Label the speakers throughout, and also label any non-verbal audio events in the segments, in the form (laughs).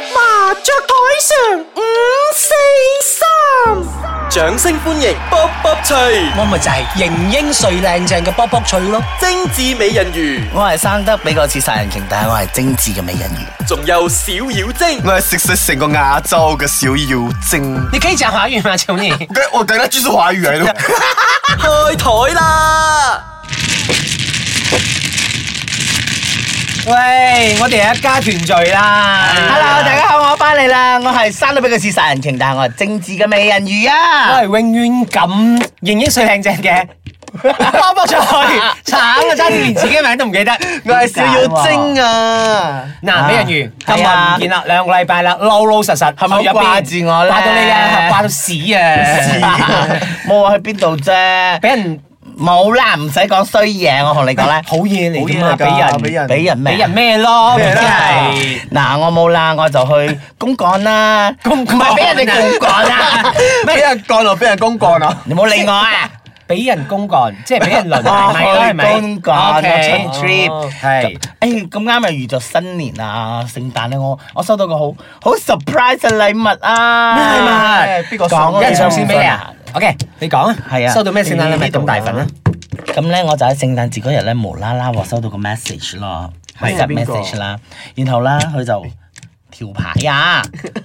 Speaker 1: 雀台上五四三，掌聲歡迎卜卜脆，
Speaker 2: 我咪就係型英帥靚正嘅卜卜脆咯，
Speaker 1: 精緻美人魚，
Speaker 2: 我係生得比較似殺人鯨，但係我係精緻嘅美人魚。
Speaker 1: 仲有小妖精。
Speaker 3: 我係食食成個亞洲嘅小妖精。
Speaker 2: 你可以講華語嗎，求你？
Speaker 3: 對我等下繼續華語嚟咯。
Speaker 1: 開台啦！
Speaker 2: 喂，我哋係一家團聚啦
Speaker 4: Hello，大家好，我翻嚟啦，我係生得比較似殺人鯨，但係我係精緻嘅美人魚
Speaker 2: 我
Speaker 4: 啊
Speaker 2: 係！永遠咁型英帥靚正
Speaker 4: (laughs)
Speaker 2: 嘅卜卜脆，慘啊！差啲連自己名都唔記得。
Speaker 4: 我係
Speaker 3: Dạ,
Speaker 4: 小妖精啊！
Speaker 2: 嗱，美人魚，今
Speaker 4: 係
Speaker 2: 日
Speaker 4: 啊 (laughs)
Speaker 2: 唔見啦，兩個禮拜啦，老老實實，係
Speaker 4: 咪掛住我咧
Speaker 2: 掛到你啊，掛到屎啊！ (laughs)
Speaker 4: 冇話去邊度啫，
Speaker 2: 俾人
Speaker 4: 冇啦，唔使講衰嘢，我同你講咧，
Speaker 2: 好嘢嚟㗎
Speaker 4: 好
Speaker 2: 嘛，
Speaker 4: 嘢嚟㗎
Speaker 2: 俾人
Speaker 4: 俾人咩？
Speaker 2: 俾人咩咯？真
Speaker 4: 真
Speaker 2: 係
Speaker 4: 係。嗱，我冇啦，我就
Speaker 2: (laughs)
Speaker 4: 去公幹啦，
Speaker 2: 公幹
Speaker 4: 唔係俾人哋公幹
Speaker 2: (laughs)
Speaker 4: 啦，
Speaker 3: 俾人幹落，俾人公幹啊！
Speaker 4: (laughs) 你冇理我啊！
Speaker 2: 俾人公幹，即係俾人輪
Speaker 4: (laughs) 哦
Speaker 2: 係咪啦？係咪？
Speaker 4: 公幹
Speaker 2: OK，
Speaker 4: 我出 trip
Speaker 2: 哦係
Speaker 4: 誒咁啱又遇咗新年啊、聖誕咧，我我收到個好好 surprise 嘅禮物啊！
Speaker 2: 咩禮物
Speaker 4: 邊個
Speaker 2: 講
Speaker 4: 送？
Speaker 2: 有人上線俾你啊？OK，你講啊，
Speaker 4: 係啊
Speaker 2: 收到咩聖誕禮物咁大份啊？
Speaker 4: 咁咧，我就喺聖誕節嗰日咧，無啦啦我收到個 message 咯
Speaker 2: 係啊
Speaker 4: ，WhatsApp
Speaker 2: 邊個
Speaker 4: message 啦，然後啦佢就條牌
Speaker 2: (laughs)
Speaker 4: 啊，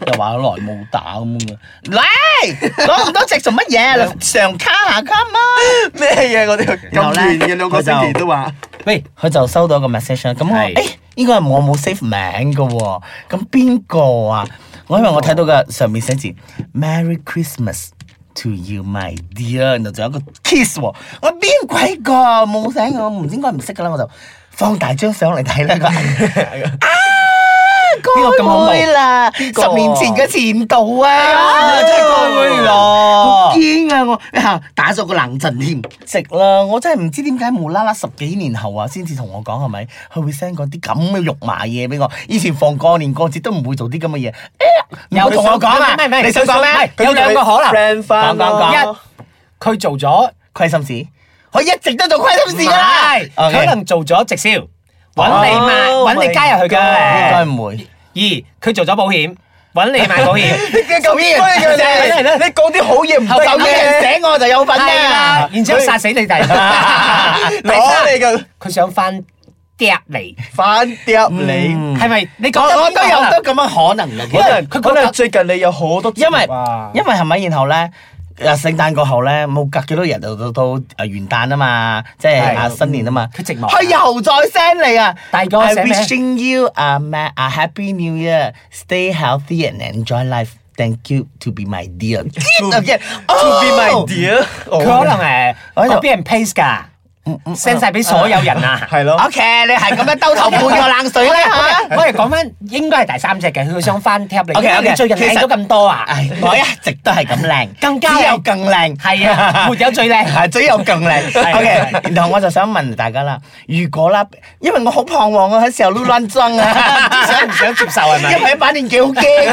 Speaker 4: 又話好耐冇打咁嘅，嚟講咁多隻做乜嘢？
Speaker 2: (laughs)
Speaker 4: 上卡啊下卡嘛，
Speaker 3: 咩嘢？我哋咁
Speaker 4: 然後呢
Speaker 3: 亂嘅兩個星
Speaker 4: 我
Speaker 3: 期
Speaker 4: 就
Speaker 3: 都話。
Speaker 2: 喂，
Speaker 4: 佢就收到個 message 啦。咁我
Speaker 2: 係
Speaker 4: 誒應該係我冇 save 名嘅喎，咁邊個啊？我因為我睇到嘅上面寫住 Merry Christmas。To you, my dear，然後仲有一個 kiss 喎，我邊鬼個冇醒我唔應該唔識噶啦，我就放大張相嚟睇啦
Speaker 2: (laughs)
Speaker 4: 個。啊，
Speaker 2: 個咁恐怖
Speaker 4: 該會啦，
Speaker 2: 個
Speaker 4: 十年前嘅前度啊
Speaker 2: 啊，真係該會咯
Speaker 4: 好驚啊！我啊打咗個冷震添，直啦！我真係唔知點解無啦啦十幾年後啊，先至同我講係咪？佢會 send 嗰啲咁嘅肉麻嘢俾我。以前放過年過節都唔會做啲咁嘅嘢。誒，唔好同我講啊！
Speaker 2: 唔係唔係
Speaker 4: 你想講咩？
Speaker 2: 有兩個可能，
Speaker 3: friend 翻
Speaker 4: 講講
Speaker 2: 一佢做咗，
Speaker 4: 虧心事，我一直都做虧心事㗎啦。
Speaker 2: 係
Speaker 4: OK
Speaker 2: 可能做咗直銷，揾你買，
Speaker 3: Oh
Speaker 2: 揾你
Speaker 3: my
Speaker 2: 加入佢嘅。
Speaker 4: 應該唔會。
Speaker 2: 二，佢做咗保險，揾你買保
Speaker 4: (laughs)
Speaker 2: 險。
Speaker 4: 你咁
Speaker 2: 係啦
Speaker 3: 你講啲好嘢唔
Speaker 4: 後
Speaker 2: 後
Speaker 4: 有
Speaker 2: 面
Speaker 4: 人醒我就有份
Speaker 2: 係啦
Speaker 4: 啦。
Speaker 2: 然之後殺死你哋。 (laughs) 第三
Speaker 3: 攞你嘅
Speaker 2: 佢想翻嗒你，
Speaker 3: 反掉你。
Speaker 4: 嗯
Speaker 2: 係咪？你
Speaker 4: 我
Speaker 2: 講得
Speaker 4: 我都
Speaker 2: 邊個可能
Speaker 4: 有得咁樣可能嘅，其
Speaker 3: 可
Speaker 4: 實
Speaker 3: 能
Speaker 2: 佢覺得
Speaker 3: 可能最近你有好多節
Speaker 4: 因為
Speaker 3: 目啊，
Speaker 4: 因為係咪？然後咧，誒聖誕過後咧，冇隔幾多日就到到誒元旦啊嘛，即係
Speaker 2: 係
Speaker 4: 啊新年啊嘛。
Speaker 2: 佢寂寞
Speaker 4: 佢又再 send 你啊！
Speaker 2: 大哥
Speaker 4: I
Speaker 2: 寫咩
Speaker 4: wishing you a ma- a happy new year, stay healthy and enjoy life. Thank you to be my dear. (laughs) Oh。
Speaker 3: To be my dear，
Speaker 2: 佢
Speaker 3: 佢
Speaker 2: 可能誒
Speaker 4: 我喺度
Speaker 2: copy and paste 㗎，send 晒俾所有人
Speaker 4: (laughs)
Speaker 2: 啊。
Speaker 3: 係咯。
Speaker 4: OK，你係咁樣兜頭半個冷水咧嚇。
Speaker 2: (laughs) 我哋講翻，應該係第三隻嘅，佢想翻嗒你。
Speaker 4: OK，OK，
Speaker 2: 因為你最近靚咗咁多啊，
Speaker 4: 唉，我一直都係咁靚，
Speaker 2: 更加靚
Speaker 4: 只有更靚，
Speaker 2: 係啊，沒有最靚。
Speaker 4: 係只有更靚。
Speaker 2: 係
Speaker 4: OK，然後我就想問大家啦，如果啦，因為我好彷徨啊，喺時候攣攣爭啊，唔知想唔想接受係咪？因為把年紀好 (laughs) 驚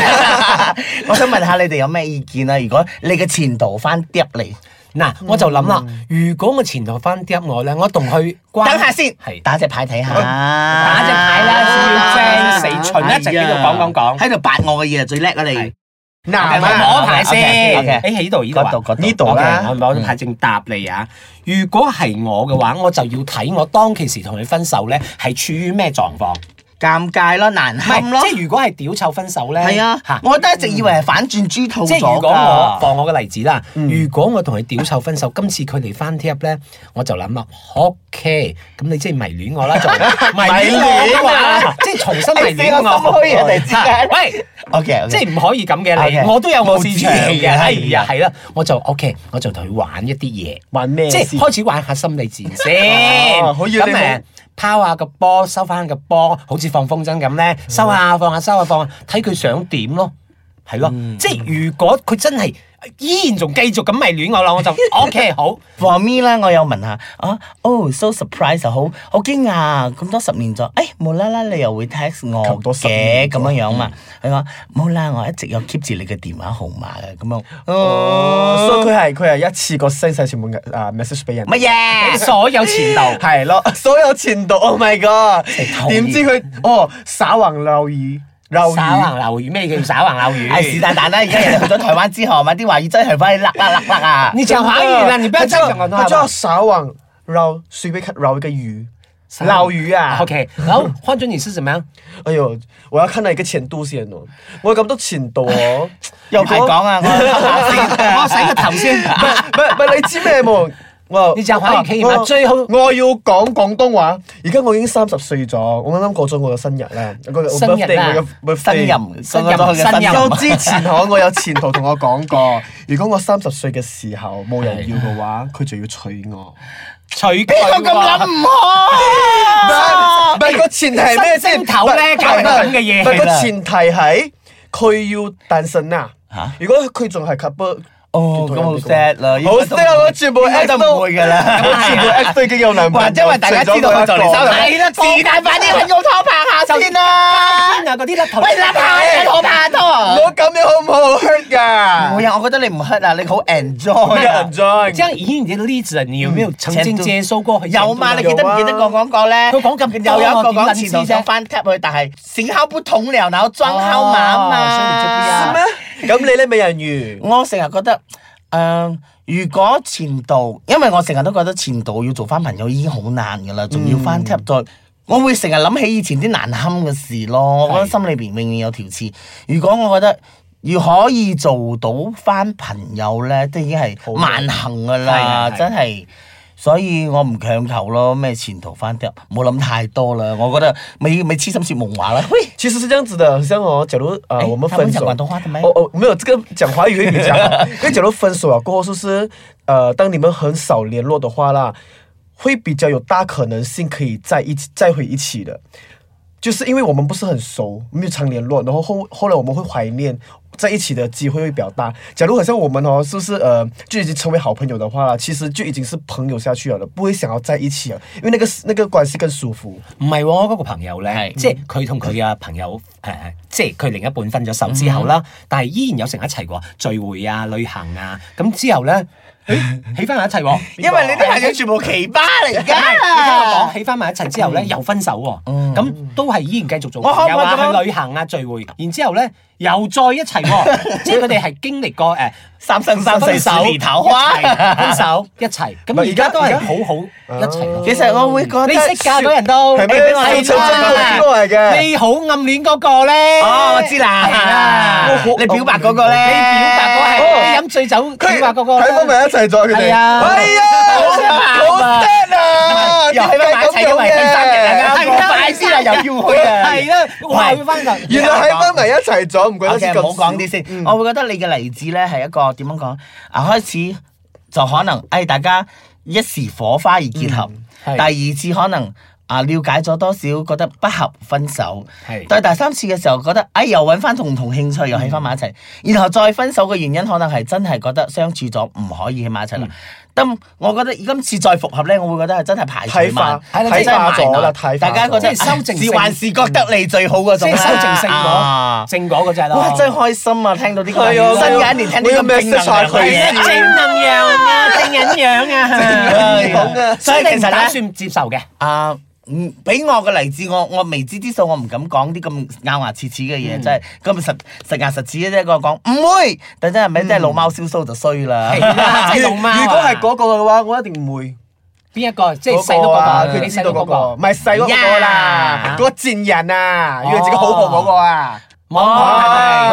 Speaker 4: 啊，我想問下你哋有咩意見啊？如果你嘅前度翻嗒嚟，
Speaker 2: 嗱，我就諗啦，如果我前度翻嗒我咧，我同佢關
Speaker 4: 等下先，
Speaker 2: 係
Speaker 4: 打隻牌睇下，
Speaker 2: 打
Speaker 4: 打
Speaker 2: 隻牌啦，小妖精死蠢，一直喺度講講講。
Speaker 4: 喺度八我嘅嘢最叻啊你
Speaker 2: 係。
Speaker 3: 嗱，
Speaker 2: 我摸牌先。
Speaker 4: OK，OK，OK
Speaker 2: 誒喺度呢度啊
Speaker 4: 嗰度嗰度
Speaker 2: 呢度啦
Speaker 4: OK，
Speaker 2: 我摸牌正答你啊。如果係我嘅話，我就要睇我當其時同佢分手咧，係處於咩狀況？
Speaker 4: 尷尬咯，難
Speaker 2: 唔
Speaker 4: 堪咯
Speaker 2: 係，。即係如果係屌臭分手咧，
Speaker 4: 係啊
Speaker 2: 嚇，
Speaker 4: 我都一直以為係反轉豬肚
Speaker 2: 即
Speaker 4: 咗
Speaker 2: 係如果我
Speaker 4: 㗎。嗯
Speaker 2: 放我嘅例子啦，如果我同佢屌臭分手，今次佢哋翻 tap 咧，我就諗啦，OK，咁你即係迷戀我啦，就迷
Speaker 4: (laughs)
Speaker 2: 戀我嘅話，即係重新迷戀我。
Speaker 4: 啊你笑我心虛啊突然之間
Speaker 2: 喂！
Speaker 4: OK，
Speaker 2: 即係唔可以咁嘅
Speaker 4: OK
Speaker 2: 你，我都有我市場
Speaker 4: 我知
Speaker 2: 嘅，
Speaker 4: 嘅
Speaker 2: 係啊，係啦，我就 OK，我就同佢玩一啲嘢，
Speaker 3: 玩咩
Speaker 2: 即
Speaker 3: 先？
Speaker 2: 係開始玩下心理戰先，
Speaker 3: 哦可以啊
Speaker 2: 咁
Speaker 3: 你好
Speaker 2: 誒拋下個波，收翻個波，好似放風箏咁咧，收下放下，收下放下，睇佢想點咯，係咯，即係如果佢真係依然仲繼續咁迷戀我啦，
Speaker 3: (laughs)
Speaker 2: 我就 OK 好，
Speaker 4: For me 咧，我有問下啊，oh so surprise 就好好驚訝，咁多十年咗，誒、哎無啦啦你又會 text 我
Speaker 3: 求多十
Speaker 4: 嘅
Speaker 3: 年
Speaker 4: 咁樣樣嘛？
Speaker 2: 嗯
Speaker 4: 佢話冇啦，我一直有 keep 住你嘅電話號碼嘅咁
Speaker 2: (laughs)
Speaker 4: 樣。
Speaker 3: 哦，
Speaker 4: 哦，
Speaker 3: 所以佢係佢係一次過 send 晒全部嘅啊 message 俾人。
Speaker 4: 乜
Speaker 3: (laughs)
Speaker 4: 嘢？
Speaker 2: 所有前度
Speaker 3: 係咯，所有前度，Oh my god！
Speaker 4: 討厭
Speaker 3: 點知佢哦耍橫漏耳，漏
Speaker 2: 耍
Speaker 3: 雨。
Speaker 2: 橫流魚咩叫耍橫流魚？
Speaker 4: 唉，哎是但但啦，而家人哋去咗台灣之後，買啲華語真係翻去甩甩甩甩啊！
Speaker 2: (laughs) 你講華語啦，你不要
Speaker 3: 他
Speaker 2: 再
Speaker 3: 叫
Speaker 2: 講廣東
Speaker 3: 他
Speaker 2: 話
Speaker 3: 叫
Speaker 2: 吧。
Speaker 3: 撒網撈，隨便看撈一個魚，
Speaker 2: 撒網
Speaker 3: 撈魚啊
Speaker 2: OK，然後換准你是怎麼樣？
Speaker 3: 哎呦，我要看下你嘅前度先哦，我有咁多前度哦，
Speaker 4: 有排講啊，我
Speaker 2: 我洗 (laughs) 個頭先。
Speaker 3: 唔係唔係唔係，你知咩冇？我啊
Speaker 2: 你就可以企業物
Speaker 3: 我
Speaker 2: 最好
Speaker 3: 我要講廣東話。而家我已經三十歲咗，我啱啱過咗我嘅生日啦，我嘅
Speaker 2: 生日啦
Speaker 3: birthday，我嘅 birthday
Speaker 4: 新任
Speaker 2: 啊新
Speaker 4: 講
Speaker 2: 任
Speaker 4: 咗佢嘅
Speaker 2: 新任啊
Speaker 3: 我之前可我有前途同我講過，如果我三十歲嘅時候冇人要嘅話，佢就要娶我。
Speaker 2: 除邊
Speaker 4: 邊個咁
Speaker 2: 啊
Speaker 4: 諗唔啊開？
Speaker 3: 唔
Speaker 2: (laughs)
Speaker 3: 係唔係個前提係咩先？
Speaker 2: 新頭咧搞啲咁嘅嘢
Speaker 3: 唔係個前提係佢要單身啊
Speaker 4: 嚇！
Speaker 3: 如果佢仲係 couple，
Speaker 4: 哦，咁好 sad 啦，
Speaker 3: 好 sad 啊！我全部
Speaker 4: 應該
Speaker 3: ex
Speaker 4: 都
Speaker 3: 都
Speaker 4: 唔會㗎啦
Speaker 3: 我全部 ex 都已經有男朋友，
Speaker 4: 或者因為大家知道佢就嚟生日，係啦，是但快啲揾個拖拍下先啦。
Speaker 2: 啊嗰啲甩頭。
Speaker 4: 喂，立下拖拍拖。
Speaker 3: 我咁樣好唔好 hurt
Speaker 4: 唔
Speaker 3: 㗎？
Speaker 4: 會啊，我覺得你唔 hurt 啊，你好
Speaker 3: 我
Speaker 4: enjoy 啊。
Speaker 3: enjoy。
Speaker 2: 這樣以你的例子，你有沒有曾經接收過？
Speaker 4: 有嘛？你記得唔記得我講過咧？
Speaker 2: 佢講咁
Speaker 4: 又有一個講前
Speaker 2: 點撚
Speaker 4: 度
Speaker 2: 知啫
Speaker 4: 想翻 tap 佢，但係醒敲不捅了，然後裝敲馬啊
Speaker 2: 哦所以你知唔知
Speaker 4: 嘛
Speaker 2: 啊。
Speaker 3: 咁你咧美人魚？
Speaker 4: 我成日覺得，誒、呃如果前度，因為我成日都覺得前度要做翻朋友已經好難噶啦，仲
Speaker 2: 嗯
Speaker 4: 要翻 tap 再，我會成日諗起以前啲難堪嘅事咯。我覺得心裏邊永遠有條刺。如果我覺得要可以做到翻朋友咧，都已經係萬幸噶啦，
Speaker 2: 係係係
Speaker 4: 真係。所以我唔強求咯，咩前途翻 tap，唔好諗太多啦。我覺得咪咪痴心說夢話啦。喂，
Speaker 3: 其實是這樣子的，好像哦，假如呃
Speaker 4: 哎
Speaker 3: 我們
Speaker 4: 他們
Speaker 3: 分手，
Speaker 4: 講廣東話的咩
Speaker 3: 哦哦，没有，這個講華語會比較
Speaker 4: (laughs)
Speaker 3: 好，啊因為假如分手了過後，是不是呃，當你們很少聯絡的話啦，會比較有大可能性可以在一起再回一起的，就是因為我們不是很熟，沒有常聯絡，然後後後來我們會懷念。在一起的機會會比較大。假如好像我們哦，是不是呃就已經成為好朋友的話啦，其實就已經是朋友下去了的，不會想要在一起了，因為那個那個關係更舒服。
Speaker 2: 唔係喎，我嗰個朋友咧
Speaker 4: 係，
Speaker 2: 即係佢同佢嘅朋友誒、呃即係佢另一半分咗手之後啦，但係依然有成一齊喎聚會啊、旅行啊，咁之後咧，誒起翻埋一齊喎。
Speaker 4: 因為你啲朋友全部奇葩嚟
Speaker 2: 唔係啊 (laughs) 你聽我
Speaker 4: 㗎
Speaker 2: 講，。起翻埋一齊之後咧，又分手喎，咁都係依然繼續做
Speaker 4: 我可唔可
Speaker 2: 朋
Speaker 4: 以
Speaker 2: 友啊，
Speaker 4: 咁樣
Speaker 2: 去旅行啊、聚會，然之後咧又再一齊喎，即係佢哋係經歷過誒
Speaker 4: 三生三世
Speaker 2: 分
Speaker 4: 十
Speaker 2: 手、
Speaker 4: 年桃花。
Speaker 2: 一齊分手一齊，咁
Speaker 3: 係
Speaker 2: 而家都
Speaker 3: 而
Speaker 2: 係
Speaker 3: 家
Speaker 2: 好好一齊咯。
Speaker 4: 其實我會覺得
Speaker 2: 你識嫁到人都
Speaker 3: 係咩
Speaker 2: 誒俾我
Speaker 3: 你
Speaker 2: 睇
Speaker 3: 識
Speaker 2: 啦
Speaker 3: 真係邊個嚟嘅
Speaker 2: 你好暗戀嗰個咧？
Speaker 4: 哦，我知
Speaker 2: 係
Speaker 4: 啦
Speaker 2: 啦，
Speaker 4: 你表白嗰個
Speaker 2: 你
Speaker 4: 咧，
Speaker 2: 表白嗰個係你飲醉酒表
Speaker 4: 啊
Speaker 2: 白嗰個啦。
Speaker 3: 喺埋一齊咗佢哋。
Speaker 2: 係啊
Speaker 3: 哎呀，好好 sad 啊！
Speaker 4: 又喺埋一齊，因為佢生日啊，
Speaker 2: 係
Speaker 4: 啱
Speaker 2: 啊
Speaker 4: 我快啲啦，又要去啊，
Speaker 2: 係啦，話佢翻
Speaker 4: Dạ,
Speaker 2: 嚟。
Speaker 3: 原來喺翻埋一齊咗，唔怪得
Speaker 4: OK，
Speaker 3: 先
Speaker 4: 啊
Speaker 3: 咁
Speaker 4: 唔好講啲先。我會覺得你嘅例子咧係一個點樣講啊？開始就可能誒、哎大家一時火花而結合，
Speaker 2: 嗯係
Speaker 4: 第二次可能啊了解咗多少，覺得不合分手
Speaker 2: 係。
Speaker 4: 但係第三次嘅時候覺得誒、哎又揾翻同唔同興趣，又喺翻埋一齊，然後再分手嘅原因可能係真係覺得相處咗唔可以喺埋一齊啦。咁、我覺得今次再復合咧，我會覺得係真係排除萬，
Speaker 3: 睇化
Speaker 4: 係真係埋
Speaker 3: 睇化咗啦
Speaker 4: 眼
Speaker 3: 睇化咗
Speaker 4: 大家覺得
Speaker 2: 即係修正
Speaker 4: 哎
Speaker 2: 性
Speaker 4: 是還是覺得你最好嗰
Speaker 2: 即
Speaker 4: 種
Speaker 2: 係
Speaker 4: 啦
Speaker 2: 修正性
Speaker 4: 啊
Speaker 2: 果，正果嗰只咯。
Speaker 4: 哇！真係開心啊，聽到啲
Speaker 3: 係啊
Speaker 4: 新嘅一年聽啲咁正能
Speaker 3: 我要
Speaker 4: 量嘅
Speaker 3: message 下
Speaker 4: 嘢
Speaker 3: 佢。
Speaker 2: 正能量啊， (laughs) 正能量啊，
Speaker 4: 正能量
Speaker 2: 所以其實打
Speaker 4: 咧
Speaker 2: 算接受嘅。
Speaker 4: 啊，嗯，俾我嘅例子，我我未知之數，我唔敢講啲咁咬牙切齒嘅
Speaker 2: 嗯
Speaker 4: 嘢，真係咁實實牙實齒嘅啫。我講唔會，但真係咪真係老貓燒鬚就衰啦。
Speaker 2: 係
Speaker 4: (laughs)
Speaker 2: 啦，即係龍貓啊。
Speaker 3: 如果係嗰個嘅話，我一定唔會。
Speaker 2: 邊一個？即係細
Speaker 3: 嗰
Speaker 2: 到
Speaker 3: 個啊
Speaker 2: 嗰個，
Speaker 3: 佢
Speaker 2: 你
Speaker 3: 知
Speaker 2: 細
Speaker 3: 道
Speaker 2: 到
Speaker 3: 嗰
Speaker 2: 嗰
Speaker 3: 個，
Speaker 2: 個
Speaker 3: 唔。係細
Speaker 4: Dạ.
Speaker 3: 嗰個啦，
Speaker 2: 呀
Speaker 3: 嗰個賤人啊，以為自己好過嗰個啊。
Speaker 2: 網
Speaker 4: 哦，
Speaker 2: 紅係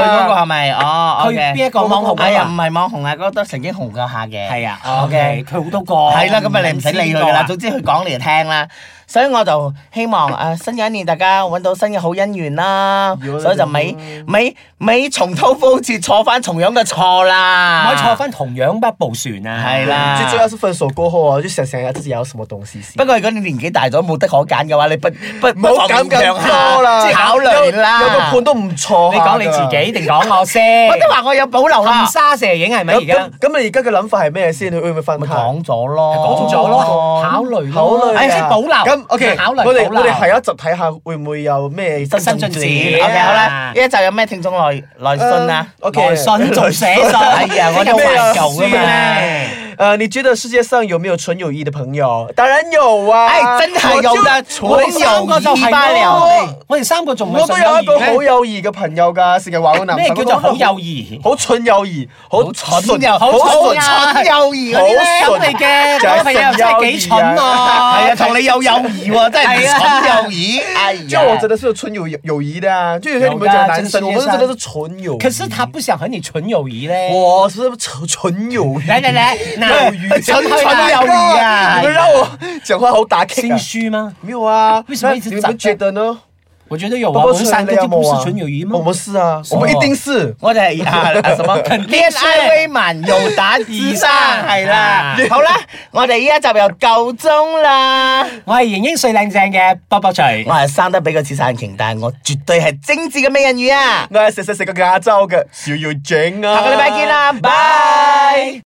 Speaker 2: 咪
Speaker 4: 佢嗰個係咪？哦，
Speaker 2: 佢邊一個網紅啊
Speaker 4: 哎呀，唔係網紅啊，嗰個都曾經紅過下嘅。
Speaker 2: 係啊
Speaker 4: ，OK
Speaker 2: ，OK，。佢好多個。
Speaker 4: 係啦，咁啊你唔使理佢噶啦，總之佢講你就聽啦。所以我就希望誒、呃新嘅一年大家揾到新嘅好姻緣啦，
Speaker 3: 如果
Speaker 4: 所以就咪咪咪重蹈覆轍，錯翻同樣嘅錯啦。
Speaker 2: 唔可以坐翻同樣一部船啊。
Speaker 4: 係啦。
Speaker 3: 最主要是分手過後啊，就想想下自己要什麼東西先。
Speaker 4: 不過如果你年紀大咗冇得可揀嘅話，你不不
Speaker 3: 唔好揀咁多啦，
Speaker 4: 即係考慮啦。
Speaker 3: 有有個伴都唔錯。
Speaker 2: 你講你自。己定講我先？
Speaker 4: 我都話我有保留啦
Speaker 2: 含。沙射影係咪而
Speaker 3: 咁
Speaker 2: 家
Speaker 3: 咁？咁你而家嘅諗法係咩先？你會唔會分
Speaker 4: 咪
Speaker 3: 開？
Speaker 4: 講咗咯，
Speaker 2: 講咗咯，考慮
Speaker 3: 考
Speaker 2: 咯
Speaker 3: 慮啊
Speaker 2: 哎即係保留。
Speaker 3: 咁 à. OK，
Speaker 2: 考慮
Speaker 3: 我哋
Speaker 2: 保留
Speaker 3: 我哋係一集睇下會唔會有咩新
Speaker 2: 新進展
Speaker 4: OK，好
Speaker 3: Dạ.
Speaker 4: Dạ, 啦，呢一集有咩聽眾來來信啊？
Speaker 3: OK，
Speaker 2: 來信仲寫信，
Speaker 4: 哎呀，我哋好懷舊噶
Speaker 3: 咩啊
Speaker 4: 嘛。
Speaker 3: 呃，你觉得世界上有没有纯友谊的朋友？当然有啊，
Speaker 4: 哎真的有的
Speaker 3: 我就
Speaker 4: 我
Speaker 3: 我
Speaker 4: 哋三個就係咯
Speaker 2: 我哋三個仲唔
Speaker 3: 我
Speaker 2: 係
Speaker 3: 都有
Speaker 2: 純
Speaker 3: 一個
Speaker 2: 友誼
Speaker 3: 好
Speaker 2: 咩？
Speaker 3: 友誼嘅朋友㗎，成日玩個男
Speaker 2: 咩
Speaker 3: 神。
Speaker 2: 叫做好友誼？
Speaker 3: 好蠢友誼，好
Speaker 4: 蠢友
Speaker 3: 好
Speaker 4: 好
Speaker 3: 蠢
Speaker 4: 蠢友誼嗰啲咧
Speaker 3: 好蠢
Speaker 2: 咁嚟嘅，
Speaker 3: 就係
Speaker 2: 我朋友真係幾蠢
Speaker 3: 純友誼
Speaker 4: (laughs)
Speaker 2: 啊！
Speaker 4: 哎呀，同你有友誼喎，真係
Speaker 2: 係啊
Speaker 4: 蠢友誼。哎呀
Speaker 3: 就我真的是有纯友友谊的啊，就有些你们讲男生，我
Speaker 2: 有
Speaker 3: 们
Speaker 2: 的
Speaker 3: 是真的是纯友谊。
Speaker 2: 可是他不想和你純友誼咧。
Speaker 3: 我是纯纯友谊，
Speaker 2: 嚟嚟嚟，
Speaker 3: (laughs)
Speaker 2: 嗱，
Speaker 4: 友誼
Speaker 2: 蠢去
Speaker 4: 蠢
Speaker 2: 啦
Speaker 4: 友誼啊
Speaker 3: 你们让我讲话好打 kick
Speaker 2: 哎心
Speaker 3: 啊！
Speaker 2: 虛嗎？
Speaker 3: 没有啊，
Speaker 2: 为什么一直
Speaker 3: 那你
Speaker 2: 长
Speaker 3: 们觉得呢？
Speaker 2: 我覺得有
Speaker 3: 包
Speaker 2: 啊，
Speaker 3: 括
Speaker 2: 我們
Speaker 3: 纯
Speaker 2: 三個
Speaker 3: 的有
Speaker 2: 就不
Speaker 3: 冇啊
Speaker 2: 是純友誼嗎？
Speaker 3: 我们是啊，
Speaker 2: 什
Speaker 3: 我
Speaker 2: 么
Speaker 3: 們一定是。
Speaker 4: 我哋係啊 (laughs) 啊什麼
Speaker 2: 定
Speaker 4: 戀
Speaker 2: 是
Speaker 4: 愛威文又打二三係啦
Speaker 2: 啊，
Speaker 4: 好啦，我哋依一集又夠鐘啦。
Speaker 2: 我係型英帥靚正嘅卜卜錘
Speaker 4: 我，係生得比個似散瓊，但係我絕對係精緻嘅美人魚啊！
Speaker 3: 我係食食食個亞洲嘅，小要整啊！
Speaker 4: 下個禮拜見啦，拜。